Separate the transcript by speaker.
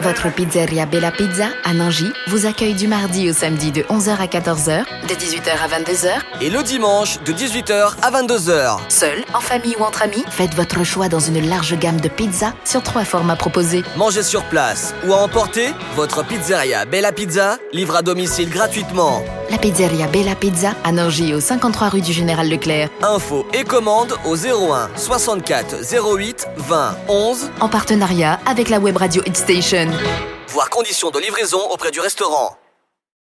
Speaker 1: Votre pizzeria Bella Pizza à Nangy vous accueille du mardi au samedi de 11h à 14h, de 18h à 22h,
Speaker 2: Et le dimanche de 18h à 22h.
Speaker 1: seul, en famille ou entre amis. Faites votre choix dans une large gamme de pizzas sur trois formats proposés.
Speaker 2: Mangez sur place ou à emporter, votre pizzeria Bella Pizza livre à domicile gratuitement.
Speaker 1: La pizzeria Bella Pizza à Nangy au 53 rue du Général Leclerc,
Speaker 2: Info et commande au 01 64 08 20 11,
Speaker 1: en partenariat avec la web radio Hit Station.
Speaker 2: voire conditions de livraison auprès du restaurant.